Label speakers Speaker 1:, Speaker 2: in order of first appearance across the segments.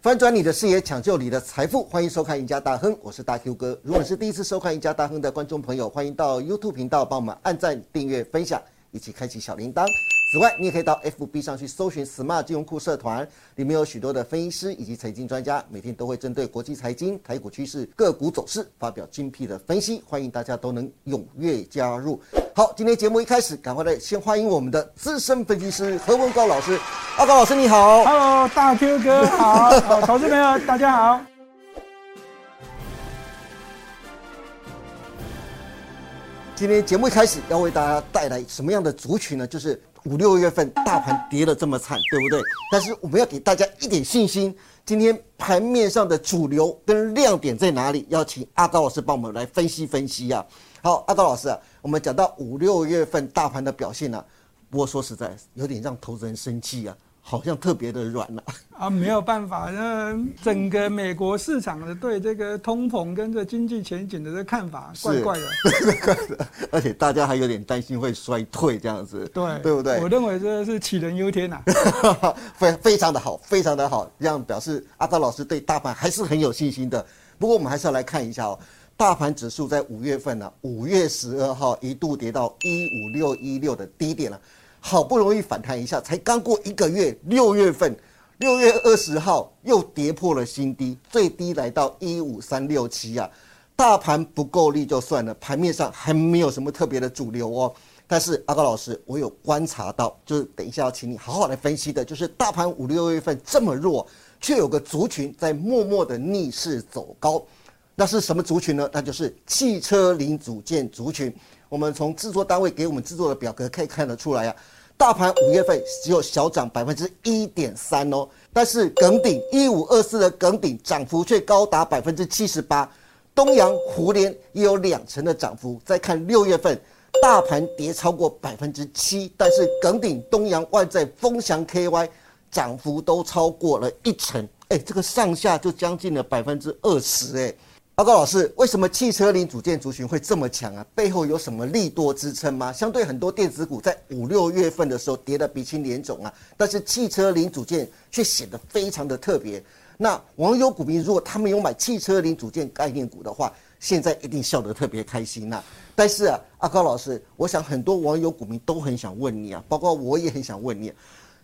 Speaker 1: 翻转你的视野，抢救你的财富，欢迎收看《赢家大亨》，我是大 Q 哥。如果你是第一次收看《赢家大亨》的观众朋友，欢迎到 YouTube 频道帮我们按赞、订阅、分享，以及开启小铃铛。此外，你也可以到 FB 上去搜寻 “Smart 金融库社团”，里面有许多的分析师以及财经专家，每天都会针对国际财经、台股趋势、个股走势发表精辟的分析，欢迎大家都能踊跃加入。好，今天节目一开始，赶快来先欢迎我们的资深分析师何文高老师。阿高老师，你好。
Speaker 2: Hello，大 Q 哥好，好投资朋友大家好。
Speaker 1: 今天节目一开始要为大家带来什么样的族群呢？就是五六月份大盘跌得这么惨，对不对？但是我们要给大家一点信心。今天盘面上的主流跟亮点在哪里？要请阿高老师帮我们来分析分析啊。好，阿高老师啊，我们讲到五六月份大盘的表现呢、啊，不过说实在有点让投资人生气啊，好像特别的软了、
Speaker 2: 啊，没有办法，那整个美国市场的对这个通膨跟这经济前景的这看法，怪怪的，
Speaker 1: 怪怪的， 而且大家还有点担心会衰退这样子，
Speaker 2: 对
Speaker 1: 对不对？
Speaker 2: 我认为这是杞人忧天呐、
Speaker 1: 啊， 非非常的好，非常的好，这样表示阿道老师对大盘还是很有信心的。不过我们还是要来看一下哦，大盘指数在五月份呢、啊，五月十二号一度跌到一五六一六的低点了。好不容易反弹一下，才刚过一个月，六月份，六月二十号又跌破了新低，最低来到一五三六七啊。大盘不够力就算了，盘面上还没有什么特别的主流哦。但是阿高老师，我有观察到，就是等一下要请你好好来分析的，就是大盘五六月份这么弱，却有个族群在默默的逆势走高，那是什么族群呢？那就是汽车零组件族群。我们从制作单位给我们制作的表格可以看得出来啊，大盘五月份只有小涨百分之一点三哦，但是梗顶一五二四的梗顶涨幅却高达百分之七十八，东阳湖联也有两成的涨幅。再看六月份，大盘跌超过百分之七，但是梗顶、东阳、万载、风翔 KY 涨幅都超过了一成，哎，这个上下就将近了百分之二十哎。报告老师，为什么汽车零组件族群会这么强啊？背后有什么利多支撑吗？相对很多电子股在五六月份的时候跌得鼻青脸肿啊，但是汽车零组件却显得非常的特别。那网友股民如果他们有买汽车零组件概念股的话，现在一定笑得特别开心呐、啊。但是啊，阿高老师，我想很多网友股民都很想问你啊，包括我也很想问你、啊。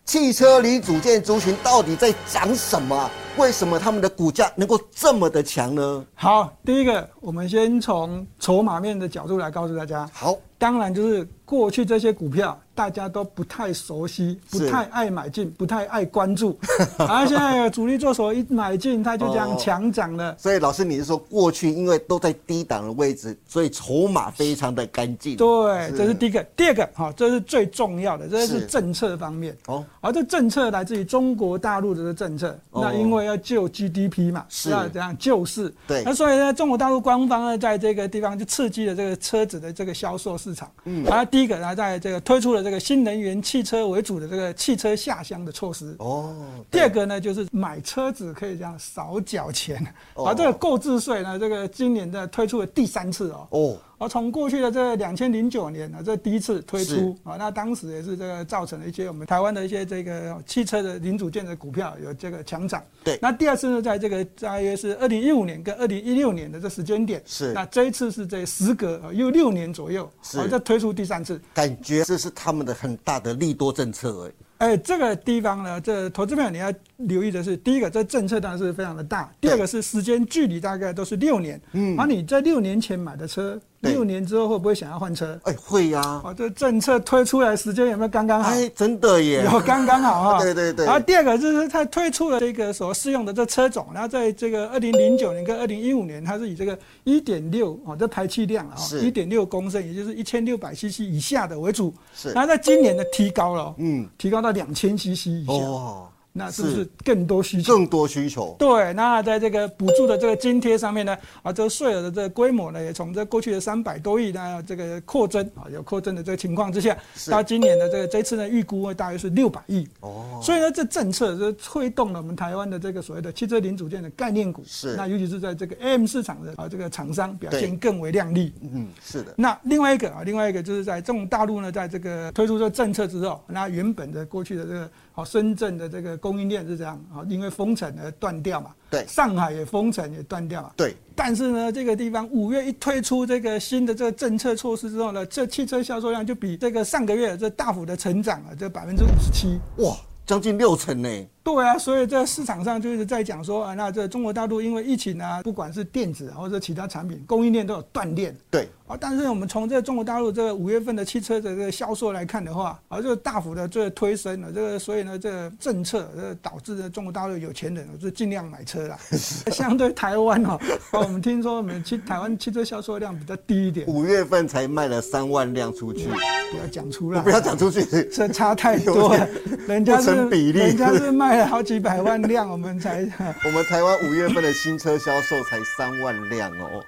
Speaker 1: 汽车零组件族群到底在涨什么、啊？为什么他们的股价能够这么的强呢？
Speaker 2: 好，第一个，我们先从筹码面的角度来告诉大家。
Speaker 1: 好，
Speaker 2: 当然就是过去这些股票大家都不太熟悉，不太爱买进，不太爱关注。而现在主力做手一买进，它就这样强涨了、哦。
Speaker 1: 所以老师，你是说过去因为都在低档的位置，所以筹码非常的干净？
Speaker 2: 对，这是第一个。第二个，好、哦，这是最重要的，这是政策方面。哦。而这政策来自于中国大陆的政策，哦、那因为要救 GDP 嘛，
Speaker 1: 是
Speaker 2: 要怎样救市？
Speaker 1: 对，
Speaker 2: 那所以呢，中国大陆官方呢，在这个地方就刺激了这个车子的这个销售市场。嗯，然后第一个，然后在这个推出了这个新能源汽车为主的这个汽车下乡的措施。
Speaker 1: 哦，
Speaker 2: 第二个呢，就是买车子可以这样少缴钱。哦，而这个购置税呢，这个今年的推出了第三次哦。
Speaker 1: 哦。
Speaker 2: 而从过去的这两千零九年呢、啊，这第一次推出啊，那当时也是这个造成了一些我们台湾的一些这个汽车的零组件的股票有这个强涨。
Speaker 1: 对，
Speaker 2: 那第二次呢，在这个大约是二零一五年跟二零一六年的这时间点，
Speaker 1: 是
Speaker 2: 那这一次是这时隔又六年左右，
Speaker 1: 是、啊、
Speaker 2: 再推出第三次，
Speaker 1: 感觉这是他们的很大的利多政策哎、欸。
Speaker 2: 哎，这个地方呢，这投资朋友你要留意的是，第一个，这政策当然是非常的大；第二个是时间距离大概都是六年，嗯，而、啊、你在六年前买的车，六年之后会不会想要换车？
Speaker 1: 哎，会呀、啊。
Speaker 2: 哦，这政策推出来时间有没有刚刚好？哎，
Speaker 1: 真的耶，
Speaker 2: 有刚刚好啊、
Speaker 1: 哦。 对对对。
Speaker 2: 然后第二个就是它推出了这个所适用的这车种，然后在这个二零零九年跟二零一五年，它是以这个一点六哦，这排气量啊、哦，一点六公升，也就是一千六百 CC 以下的为主。
Speaker 1: 是。
Speaker 2: 然后在今年呢，提高了、哦，
Speaker 1: 嗯，
Speaker 2: 提高到。两千 CC 以下，哦、那是不是更多需
Speaker 1: 求？更多需求。
Speaker 2: 对，那在这个补助的这个津贴上面呢，啊，这个税额的这个规模呢，也从这过去的三百多亿呢，这个扩增啊，有扩增的这个情况之下，到今年的这个这次呢，预估啊大约是六百亿。
Speaker 1: 哦。
Speaker 2: 所以呢，这政策就推动了我们台湾的这个所谓的汽车零组件的概念股。
Speaker 1: 是。
Speaker 2: 那尤其是在这个 AM 市场的啊，这个厂商表现更为亮丽。
Speaker 1: 嗯，是的。
Speaker 2: 那另外一个啊，另外一个就是在中国大陆呢，在这个推出这政策之后，那原本的过去的这个好、啊、深圳的这个供应链是这样啊，因为封城而断掉嘛。
Speaker 1: 对
Speaker 2: 上海也封城也断掉嘛。
Speaker 1: 对，
Speaker 2: 但是呢，这个地方五月一推出这个新的这个政策措施之后呢，这汽车销售量就比这个上个月这大幅的成长了，这百分之五十七。
Speaker 1: 哇，将近六成呢。
Speaker 2: 对啊，所以这市场上就是在讲说啊，那这中国大陆因为疫情啊，不管是电子或者其他产品供应链都有断裂
Speaker 1: 对，
Speaker 2: 啊。但是我们从这中国大陆这个五月份的汽车的这个销售来看的话，啊，就大幅的这个推升了这个，所以呢，这个政策呃导致呢中国大陆有钱人就尽量买 车啦。相对台湾哦，啊我们听说我们汽台湾汽车销售量比较低一点，
Speaker 1: 五月份才卖了三万辆出去，
Speaker 2: 不要讲出来，
Speaker 1: 不要讲出去。
Speaker 2: 这差太多了，人家
Speaker 1: 不
Speaker 2: 是
Speaker 1: 成比例
Speaker 2: 人家是卖了好几百万辆，我 们才。
Speaker 1: 我们台湾五月份的新车销售才三万辆哦，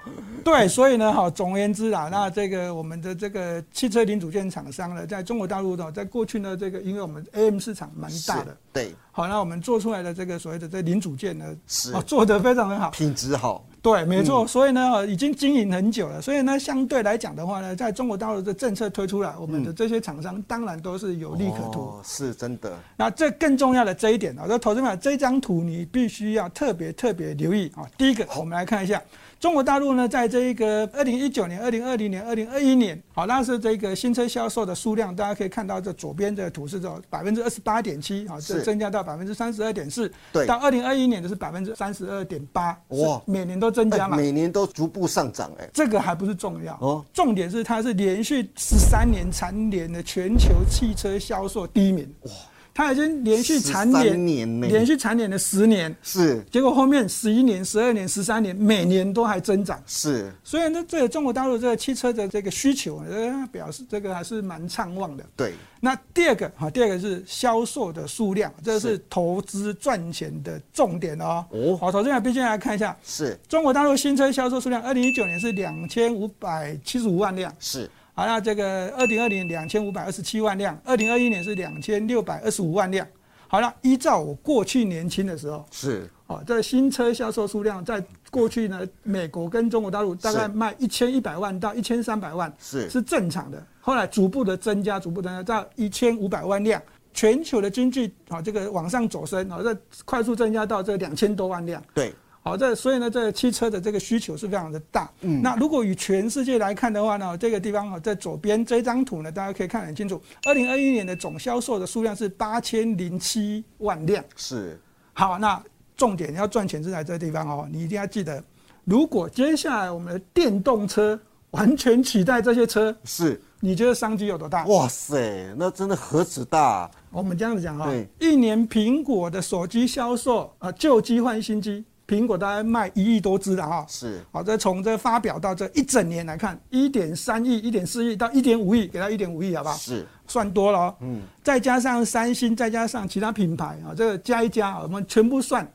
Speaker 2: 对，所以呢，哈，总而言之啦，那这个我们的这个汽车零组件厂商呢，在中国大陆呢，在过去呢，这个因为我们 AM 市场蛮大的
Speaker 1: 是，，对，
Speaker 2: 好，那我们做出来的这个所谓的这零组件呢，
Speaker 1: 是嗯
Speaker 2: 啊，做得非常的好，
Speaker 1: 品质好，
Speaker 2: 对，没错，所以呢，已经经营很久了，所以呢，相对来讲的话呢，在中国大陆的政策推出来，我们的
Speaker 1: 嗯
Speaker 2: 这些厂商当然都是有利可图。
Speaker 1: 哦，是真的，
Speaker 2: 那这更重要的这一点啊，那投资者这张图你必须要特别特别留意啊。第一个，我们来看一下中国大陆呢，在这一个二零一九年、二零二零年、二零二一年，好，那是这个新车销售的数量，大家可以看到这左边这个图是这百分之二十八点七啊，这
Speaker 1: 是
Speaker 2: 增加到百分之三十二点四，
Speaker 1: 对
Speaker 2: 到二零二一年的是百分之三十二点八，哇
Speaker 1: 哇，
Speaker 2: 每年都增加
Speaker 1: 哎
Speaker 2: 嘛。
Speaker 1: 每年都逐步上涨，哎，
Speaker 2: 这个还不是重要
Speaker 1: 哦
Speaker 2: 重点是它是连续十三年蝉联的全球汽车销售第一名。哇，它已经连续蝉
Speaker 1: 13
Speaker 2: 联
Speaker 1: 年呢
Speaker 2: 连续蝉联了十年，
Speaker 1: 是
Speaker 2: 结果后面十一年、十二年、十三年，每年都还增长。
Speaker 1: 是，
Speaker 2: 所以呢，这个中国大陆这个汽车的这个需求，呃，表示这个还是蛮畅旺的。
Speaker 1: 对，
Speaker 2: 那第二个哈，第二个是销售的数量，这是投资赚钱的重点哦。
Speaker 1: 哦
Speaker 2: 好，投资者必须来看一下，
Speaker 1: 是
Speaker 2: 中国大陆新车销售数量，二零一九年是两千五百七十五万辆，
Speaker 1: 是，
Speaker 2: 好，那这个二零二零两千五百二十七万辆，二零二一年是两千六百二十五万辆。好了，依照我过去年轻的时候，
Speaker 1: 是
Speaker 2: 哦，这新车销售数量在过去呢，美国跟中国大陆大概
Speaker 1: 是
Speaker 2: 卖一千一百万到一千三百万
Speaker 1: 是
Speaker 2: 是正常的，后来逐步的增加，逐步地增加到一千五百万辆。全球的经济啊、这个往上走升啊、这快速增加到这两千多万辆。
Speaker 1: 对，
Speaker 2: 好，这所以呢，这汽车的这个需求是非常的大。嗯，那如果以全世界来看的话呢，这个地方啊，在左边这张图呢，大家可以看得很清楚，二零二一年的总销售的数量是八千零七万辆。
Speaker 1: 是
Speaker 2: 好，那重点要赚钱是在这个地方哦，你一定要记得，如果接下来我们的电动车完全取代这些车，
Speaker 1: 是，
Speaker 2: 你觉得商机有多大？
Speaker 1: 哇塞，那真的何止大啊、
Speaker 2: 哦我们这样子讲哈、
Speaker 1: 对
Speaker 2: 一年苹果的手机销售啊，旧机换新机，苹果大概卖一亿多只了哈、啊
Speaker 1: 是
Speaker 2: 好，这从这发表到这一整年来看，一点三亿、一点四亿到一点五亿，给它一点五亿好不好？
Speaker 1: 是，
Speaker 2: 算多了哦。嗯，再加上三星，再加上其他品牌啊，这个加一加，我们全部算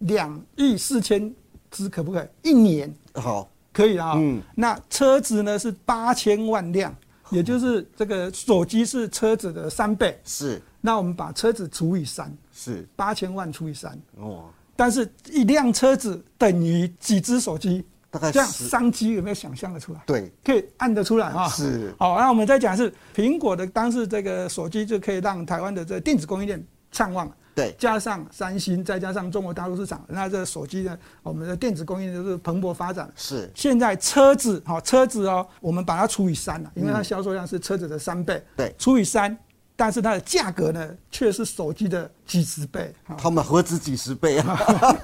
Speaker 2: 两亿四千只，可不可以？一年
Speaker 1: 好，
Speaker 2: 可以啊、嗯
Speaker 1: 嗯，
Speaker 2: 那车子呢是八千万辆，也就是这个手机是车子的三倍。
Speaker 1: 是
Speaker 2: 那我们把车子除以三，
Speaker 1: 是，
Speaker 2: 八千万除以三，
Speaker 1: 哦，
Speaker 2: 但是一辆车子等于几只手机，
Speaker 1: 大概
Speaker 2: 这样
Speaker 1: 十
Speaker 2: 商机有没有想象的出来？
Speaker 1: 对，
Speaker 2: 可以按得出来哈、
Speaker 1: 是
Speaker 2: 好，那我们再讲是苹果的当时这个手机就可以让台湾的这电子供应链畅旺。
Speaker 1: 对，
Speaker 2: 加上三星，再加上中国大陆市场，那这手机呢，我们的电子供应链就是蓬勃发展。
Speaker 1: 是
Speaker 2: 现在车子，好车子哦，我们把它除以三了，啊因为它销售量是车子的三倍，
Speaker 1: 嗯对
Speaker 2: 除以三，但是它的价格呢，却是手机的几十倍。好
Speaker 1: 他们何止几十倍啊？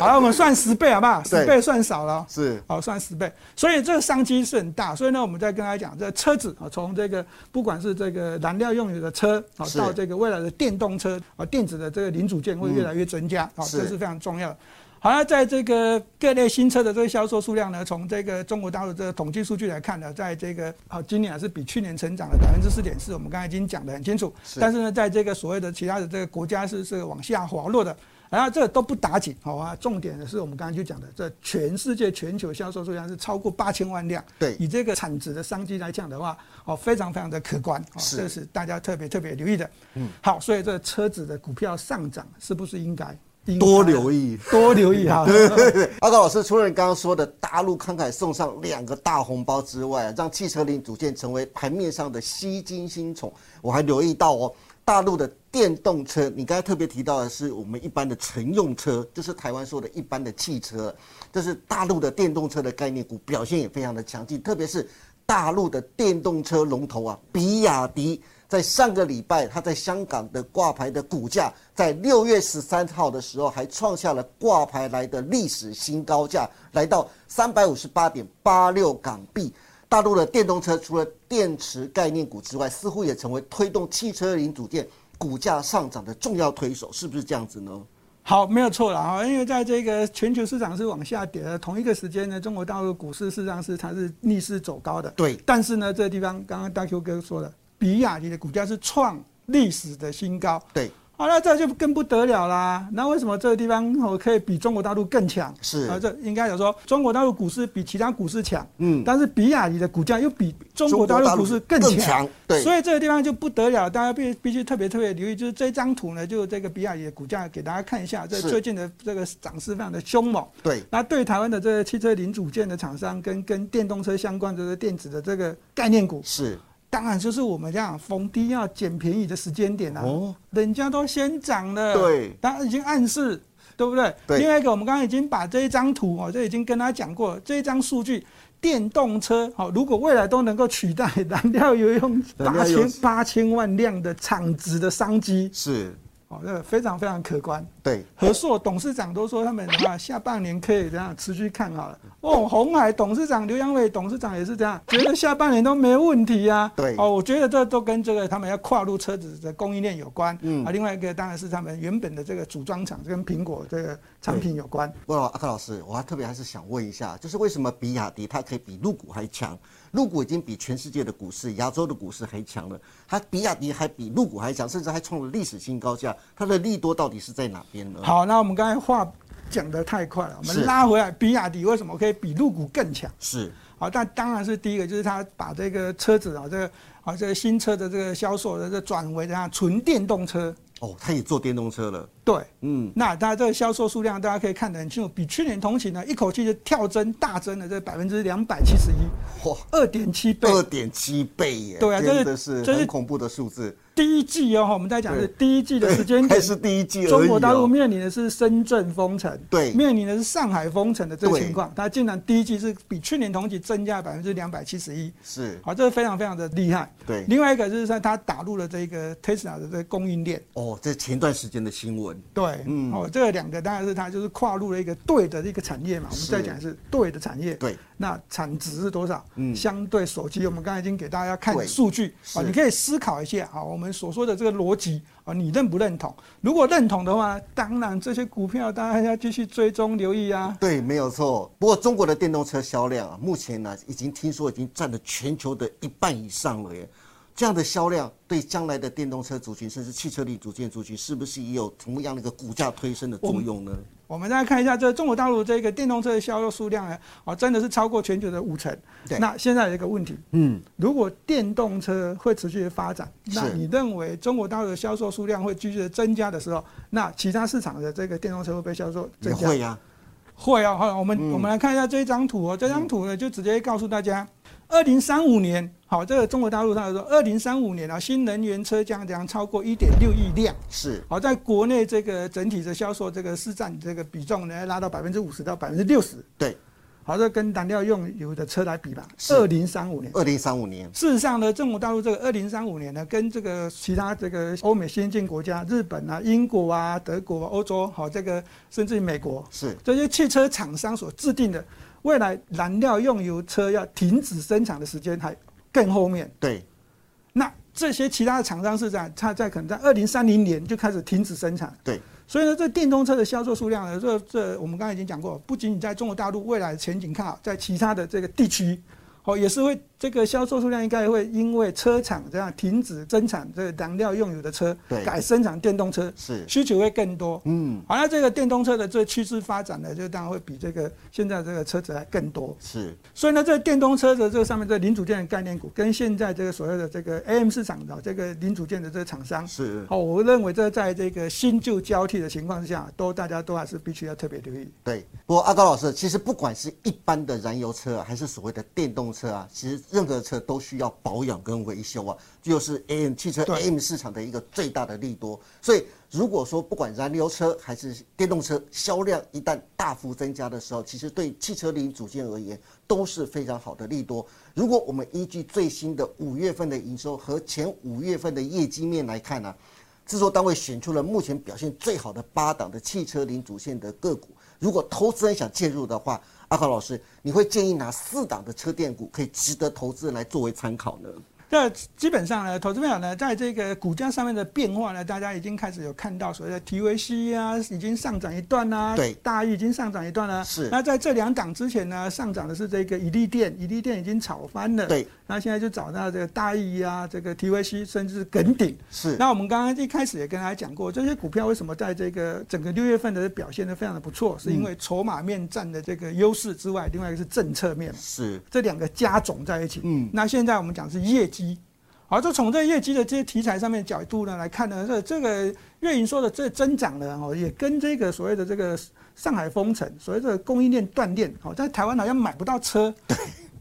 Speaker 2: 好了，我们算十倍好不好？
Speaker 1: 对
Speaker 2: 十倍算少了哦，
Speaker 1: 是
Speaker 2: 好算十倍，所以这个商机是很大。所以呢，我们在跟大家讲，这车子啊，从这个不管是这个燃料用油的车啊，
Speaker 1: 是
Speaker 2: 到这个未来的电动车啊，电子的这个零组件会越来越增加啊，
Speaker 1: 嗯是
Speaker 2: 这是非常重要的。好那在这个各类新车的这个销售数量呢，从这个中国大陆这个统计数据来看呢，在这个啊今年还是比去年成长了百分之四点四，我们刚才已经讲得很清楚。
Speaker 1: 是
Speaker 2: 但是呢，在这个所谓的其他的这个国家是是往下滑落的。然后这都不打紧，好啊。重点的是我们刚刚就讲的，这全世界全球销售数量是超过八千万辆。
Speaker 1: 对
Speaker 2: 以这个产值的商机来讲的话，哦，非常非常的可观，哦，
Speaker 1: 是
Speaker 2: 这是大家特别特别留意的。嗯，好，所以这车子的股票上涨是不是应该应该
Speaker 1: 多留意。
Speaker 2: 多留意 啊哈？
Speaker 1: 阿高老师，除了你刚刚说的大陆慷慨送上两个大红包之外，让汽车零组件成为盘面上的吸金新宠，我还留意到哦，大陆的电动车，你刚才特别提到的是我们一般的乘用车，就是台湾说的一般的汽车，但是大陆的电动车的概念股表现也非常的强劲，特别是大陆的电动车龙头啊，比亚迪。在上个礼拜，它在香港的挂牌的股价，在六月十三号的时候，还创下了挂牌来的历史新高价，来到三百五十八点八六港币。大陆的电动车除了电池概念股之外，似乎也成为推动汽车零组件股价上涨的重要推手，是不是这样子呢？
Speaker 2: 好，没有错了哈，因为在这个全球市场是往下跌的，同一个时间呢，中国大陆股市事实上是它是逆势走高的。
Speaker 1: 对
Speaker 2: 但是呢，这个地方刚刚大 Q 哥说了，比亚迪的股价是创历史的新高。
Speaker 1: 对，
Speaker 2: 好了，啊这就更不得了啦。那为什么这个地方我可以比中国大陆更强？
Speaker 1: 是
Speaker 2: 啊，这应该讲说中国大陆股市比其他股市强，
Speaker 1: 嗯
Speaker 2: 但是比亚迪的股价又比中国大陆股市更
Speaker 1: 更
Speaker 2: 强
Speaker 1: 强，对
Speaker 2: 所以这个地方就不得了，大家必必须特别特别留意，就是这张图呢，就这个比亚迪的股价给大家看一下，这
Speaker 1: 是
Speaker 2: 最近的这个涨势非常的凶猛，
Speaker 1: 对
Speaker 2: 那对台湾的这个汽车零组件的厂商跟跟电动车相关的这个电子的这个概念股，
Speaker 1: 是
Speaker 2: 当然就是我们这样逢低要捡便宜的时间点啊。
Speaker 1: 哦
Speaker 2: 人家都先涨了，
Speaker 1: 对
Speaker 2: 他已经暗示，对不对？
Speaker 1: 对
Speaker 2: 另外一个，我们刚刚已经把这一张图哦，这已经跟他讲过了，这一张数据。电动车好，如果未来都能够取代燃料油用
Speaker 1: 燃
Speaker 2: 八
Speaker 1: 料油
Speaker 2: 千八千万辆的产值的商机，
Speaker 1: 是，
Speaker 2: 哦，这个非常非常可观。
Speaker 1: 对
Speaker 2: 和硕董事长都说他们啊，下半年可以这样持续看好了。哦，红海董事长刘扬伟董事长也是这样，觉得下半年都没问题啊。
Speaker 1: 对
Speaker 2: 哦，我觉得这都跟这个他们要跨入车子的供应链有关。
Speaker 1: 嗯
Speaker 2: 啊，另外一个当然是他们原本的这个组装厂跟苹果这个产品有关。
Speaker 1: 不过阿克老师，我还特别还是想问一下，就是为什么比亚迪它可以比入股还强？入股已经比全世界的股市、亚洲的股市还强了，它比亚迪还比入股还强，甚至还创了历史新高价。它的利多到底是在哪边呢？
Speaker 2: 好，那我们刚才话讲得太快了，我
Speaker 1: 是
Speaker 2: 们拉回来，比亚迪为什么可以比入股更强？
Speaker 1: 是
Speaker 2: 好，但当然是第一个，就是他把这个车子啊，这个啊这个新车的这个销售的这转为这样纯电动车，
Speaker 1: 哦，它也做电动车了，
Speaker 2: 对。
Speaker 1: 嗯，
Speaker 2: 那它这个销售数量，大家可以看得很清楚，比去年同期呢，一口气就跳增大增了这百分之两百七十一，
Speaker 1: 哇，
Speaker 2: 二点七倍。
Speaker 1: 二点七倍耶，
Speaker 2: 对啊这
Speaker 1: 真
Speaker 2: 是
Speaker 1: 的是
Speaker 2: 这是
Speaker 1: 很恐怖的数字。
Speaker 2: 第一季哦，我们在讲是
Speaker 1: 对
Speaker 2: 第一季的时间
Speaker 1: 还
Speaker 2: 点，
Speaker 1: 是第一季而已哦、
Speaker 2: 中国大陆面临的是深圳封城，
Speaker 1: 对
Speaker 2: 面临的是上海封城的这个
Speaker 1: 对
Speaker 2: 情况，它竟然第一季是比去年同期增加百分之两百七十一，
Speaker 1: 是
Speaker 2: 好，这是非常非常的厉害。
Speaker 1: 对
Speaker 2: 另外一个就是说它打入了这个 Tesla 的这个供应链。
Speaker 1: 哦，这前段时间的新闻，
Speaker 2: 对，
Speaker 1: 嗯
Speaker 2: 哦，这两个当然是它就是跨入了一个对的一个产业嘛，我们
Speaker 1: 是
Speaker 2: 再讲是对的产业。
Speaker 1: 对，
Speaker 2: 那产值是多少？
Speaker 1: 嗯
Speaker 2: 相对手机，我们刚才已经给大家看
Speaker 1: 对
Speaker 2: 数据
Speaker 1: 是
Speaker 2: 啊，你可以思考一下啊，我们所说的这个逻辑啊，你认不认同？如果认同的话，当然这些股票当然要继续追踪留意啊。
Speaker 1: 对，没有错。不过中国的电动车销量啊，目前呢、已经听说已经占了全球的一半以上了耶。这样的销量对将来的电动车族群，甚至汽车零组件族群，是不是也有同样的一个股价推升的作用呢？
Speaker 2: 我们再看一下这中国大陆这个电动车的销售数量呢，啊，真的是超过全球的五成。
Speaker 1: 对
Speaker 2: 那现在有一个问题，
Speaker 1: 嗯，
Speaker 2: 如果电动车会持续的发展，
Speaker 1: 是
Speaker 2: 那你认为中国大陆的销售数量会继续的增加的时候，那其他市场的这个电动车会不会销售
Speaker 1: 也
Speaker 2: 增加？
Speaker 1: 会嗯啊，
Speaker 2: 会啊，会啊。我们、我们来看一下这一张图哦，这张图呢就直接告诉大家，二零三五年，好，这个中国大陆上来说，二零三五年啊，新能源车将将超过一点六亿辆。
Speaker 1: 是
Speaker 2: 好，在国内这个整体的销售这个市占这个比重呢，拉到百分之五十到百分之六十。
Speaker 1: 对。
Speaker 2: 好，这跟燃料用油的车来比吧，
Speaker 1: 是
Speaker 2: 二零三五年。
Speaker 1: 二零三五年
Speaker 2: 事实上呢，中国大陆这个二零三五年呢，跟这个其他这个欧美先进国家，日本啊、英国啊、德国、啊、欧洲，好、这个甚至于美国
Speaker 1: 是
Speaker 2: 这些汽车厂商所制定的未来燃料用油车要停止生产的时间还更后面。
Speaker 1: 对，
Speaker 2: 那这些其他的厂商是这样，它在可能在二零三零年就开始停止生产。
Speaker 1: 对，
Speaker 2: 所以呢，这电动车的销售数量呢，这这我们刚才已经讲过，不仅仅在中国大陆未来的前景看好，在其他的这个地区，哦，也是会这个销售数量应该会因为车厂这样停止生产这个燃料用油的车
Speaker 1: 对，
Speaker 2: 改生产电动车，
Speaker 1: 是
Speaker 2: 需求会更多。
Speaker 1: 嗯，
Speaker 2: 好，那这个电动车的这个趋势发展呢，就当然会比这个现在这个车子还更多。
Speaker 1: 是
Speaker 2: 所以呢，这电动车的这个上面这个零组件的概念股，跟现在这个所谓的这个 AM 市场的这个零组件的这个厂商，
Speaker 1: 是，
Speaker 2: 好，我认为这在这个新旧交替的情况下，都大家都还是必须要特别留意。
Speaker 1: 对。不过阿高老师，其实不管是一般的燃油车、啊、还是所谓的电动车啊，其实任何车都需要保养跟维修啊，就是 AM 汽车
Speaker 2: 对
Speaker 1: AM 市场的一个最大的利多。所以如果说不管燃油车还是电动车销量一旦大幅增加的时候，其实对汽车零组件而言都是非常好的利多。如果我们依据最新的五月份的营收和前五月份的业绩面来看呢、啊制作单位选出了目前表现最好的八档的汽车零主线的个股。如果投资人想介入的话，阿高老师，你会建议哪四档的车电股可以值得投资人来作为参考呢？
Speaker 2: 这基本上呢，投资朋友呢，在这个股价上面的变化呢，大家已经开始有看到所谓的 TVC 啊，已经上涨一段啦、
Speaker 1: 对
Speaker 2: 大益已经上涨一段啦、
Speaker 1: 是
Speaker 2: 那在这两档之前呢，上涨的是这个一利电，一利电已经炒翻了。
Speaker 1: 对。
Speaker 2: 那现在就找到这个大益啊，这个 TVC，甚至是耿鼎。
Speaker 1: 是
Speaker 2: 那我们刚刚一开始也跟大家讲过，这些股票为什么在这个整个六月份的表现的非常的不错，是因
Speaker 1: 嗯
Speaker 2: 为筹码面占的这个优势之外，另外一个是政策面嘛。
Speaker 1: 是
Speaker 2: 这两个加总在一起。
Speaker 1: 嗯
Speaker 2: 嗯，那现在我们讲是业绩。好，就从这业绩的这些题材上面角度呢来看呢，这这个月营收的这增长呢，哦，也跟这个所谓的这个上海封城，所谓的供应链断裂，哦，在台湾好像买不到车，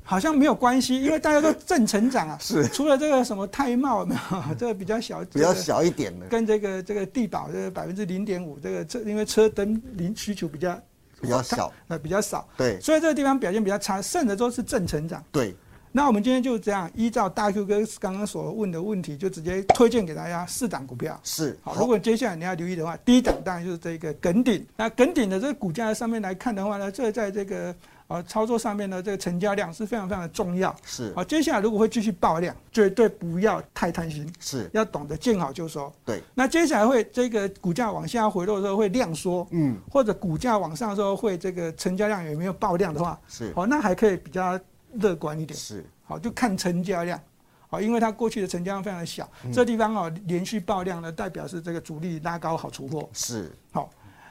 Speaker 2: 好像没有关系，因为大家都正成长啊。
Speaker 1: 是
Speaker 2: 除了这个什么泰茂有没有，这个比较小，
Speaker 1: 比较小一点的，
Speaker 2: 跟这个这个地保这个百分之零点五，这个车因为车灯零需求比较
Speaker 1: 比较小，
Speaker 2: 呃比较少，
Speaker 1: 对
Speaker 2: 所以这个地方表现比较差，剩的都是正成长。
Speaker 1: 对，
Speaker 2: 那我们今天就这样，依照大 Q 哥刚刚所问的问题，就直接推荐给大家四档股票。
Speaker 1: 是
Speaker 2: 好，如果接下来你要留意的话，第一档当然就是这个耿鼎。那耿鼎的这个股价上面来看的话呢，这在这个呃操作上面呢，这个成交量是非常非常的重要。
Speaker 1: 是
Speaker 2: 好，接下来如果会继续爆量，绝对不要太贪心，
Speaker 1: 是，
Speaker 2: 要懂得见好就收。
Speaker 1: 对，
Speaker 2: 那接下来会这个股价往下回落的时候会量缩，
Speaker 1: 嗯，
Speaker 2: 或者股价往上的时候会这个成交量有没有爆量的话，
Speaker 1: 是
Speaker 2: 好，那还可以比较乐观一点。
Speaker 1: 是
Speaker 2: 好，就看成交量。好，因为它过去的成交量非常的小，这地方哦连续爆量呢，代表是这个主力拉高好出货。
Speaker 1: 是
Speaker 2: 好，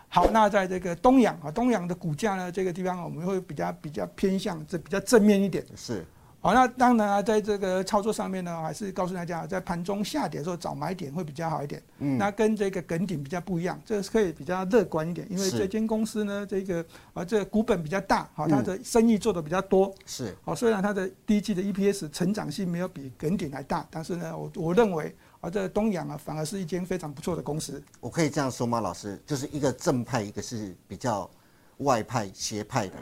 Speaker 2: 好，那在这个东阳啊，东阳的股价呢，这个地方我们会比较比较偏向这比较正面一点。
Speaker 1: 是
Speaker 2: 好，那当然啊，在这个操作上面呢，还是告诉大家，在盘中下跌的时候找买点会比较好一点。嗯，那跟这个梗顶比较不一样，这是可以比较乐观一点，因为
Speaker 1: 是嗯
Speaker 2: 这间公司呢，这个啊这个股本比较大，好，它的生意做的比较多。
Speaker 1: 是
Speaker 2: 好，虽然它的第一季的 EPS 成长性没有比耿鼎还大，但是呢，我我认为啊，这东阳啊，反而是一间非常不错的公司。
Speaker 1: 我可以这样说吗？老师，就是一个正派，一个是比较外派邪派的，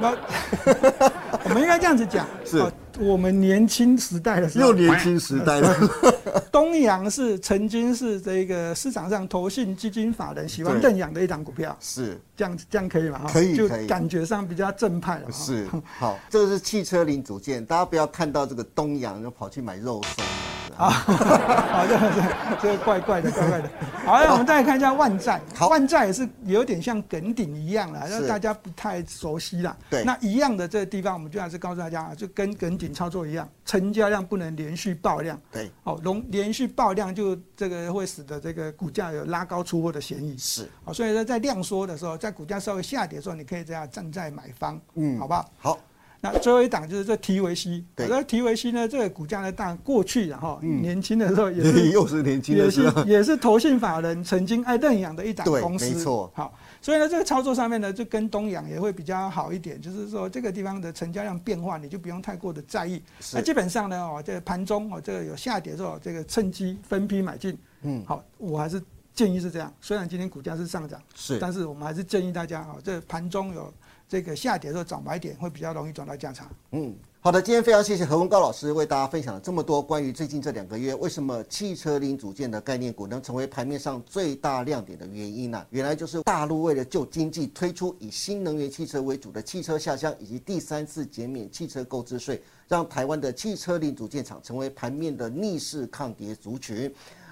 Speaker 2: 那 我们应该这样子讲，
Speaker 1: 是
Speaker 2: 啊我们年轻时代的时候，
Speaker 1: 轻时代的，
Speaker 2: 东阳是曾经是这个市场上投信基金法人喜欢
Speaker 1: 对
Speaker 2: 认养的一档股票，
Speaker 1: 是。
Speaker 2: 这样这样可以吗？哈
Speaker 1: 可以
Speaker 2: 就
Speaker 1: 可以
Speaker 2: 感觉上比较正派了。哈
Speaker 1: 是，好，哦这个是汽车零组件，大家不要看到这个东阳就跑去买肉松了。
Speaker 2: 啊，好，这个这个怪怪的，怪怪的。好，那我们再来看一下万债
Speaker 1: 好，
Speaker 2: 万债也是有点像梗顶一样啦，
Speaker 1: 是
Speaker 2: 那大家不太熟悉啦。
Speaker 1: 对
Speaker 2: 那一样的这个地方，我们就还是告诉大家啊，就跟梗顶操作一样，成交量不能连续爆量，
Speaker 1: 对，
Speaker 2: 哦，容连续爆量就这个会使得这个股价有拉高出货的嫌疑。
Speaker 1: 是
Speaker 2: 好，所以说在量缩的时候，在股价稍微下跌的时候，你可以这样站在买方，嗯，好不好？
Speaker 1: 好，
Speaker 2: 那最后一档就是这提维 C，
Speaker 1: 对
Speaker 2: 那提维 C 呢，这个股价呢，当然过去然后年轻的时候 也是
Speaker 1: 又 是年轻
Speaker 2: 也
Speaker 1: 的时
Speaker 2: 是
Speaker 1: 候，
Speaker 2: 也是投信法人曾经爱认养的一档
Speaker 1: 对
Speaker 2: 公司，
Speaker 1: 没错
Speaker 2: 好，所以呢，这个操作上面呢，就跟东阳也会比较好一点，就是说这个地方的成交量变化，你就不用太过的在意。
Speaker 1: 是
Speaker 2: 那基本上呢，哦，这个盘中哦，这个有下跌的时候，这个趁机分批买进。嗯，好，我还是建议是这样。虽然今天股价是上涨，
Speaker 1: 是
Speaker 2: 但是我们还是建议大家哦，这个盘中有这个下跌的时候找买点，会比较容易赚到价差。
Speaker 1: 嗯，好的，今天非常谢谢何文高老师为大家分享了这么多关于最近这两个月为什么汽车零组件的概念股能成为盘面上最大亮点的原因呢、啊原来就是大陆为了救经济，推出以新能源汽车为主的汽车下乡，以及第三次减免汽车购置税，让台湾的汽车零组件厂成为盘面的逆势抗跌族群。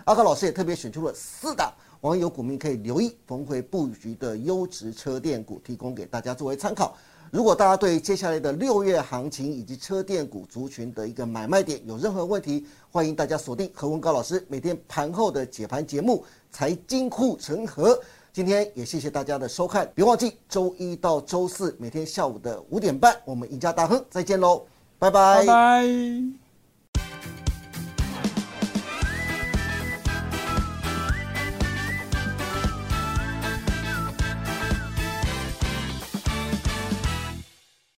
Speaker 1: 阿高老师也特别选出了四档网友股民可以留意逢回布局的优质车电股，提供给大家作为参考。如果大家对接下来的六月行情以及车电股族群的一个买卖点有任何问题，欢迎大家锁定何文高老师每天盘后的解盘节目《财经护城河》。今天也谢谢大家的收看，别忘记周一到周四每天下午的五点半，我们赢家大亨再见喽，拜
Speaker 2: 拜拜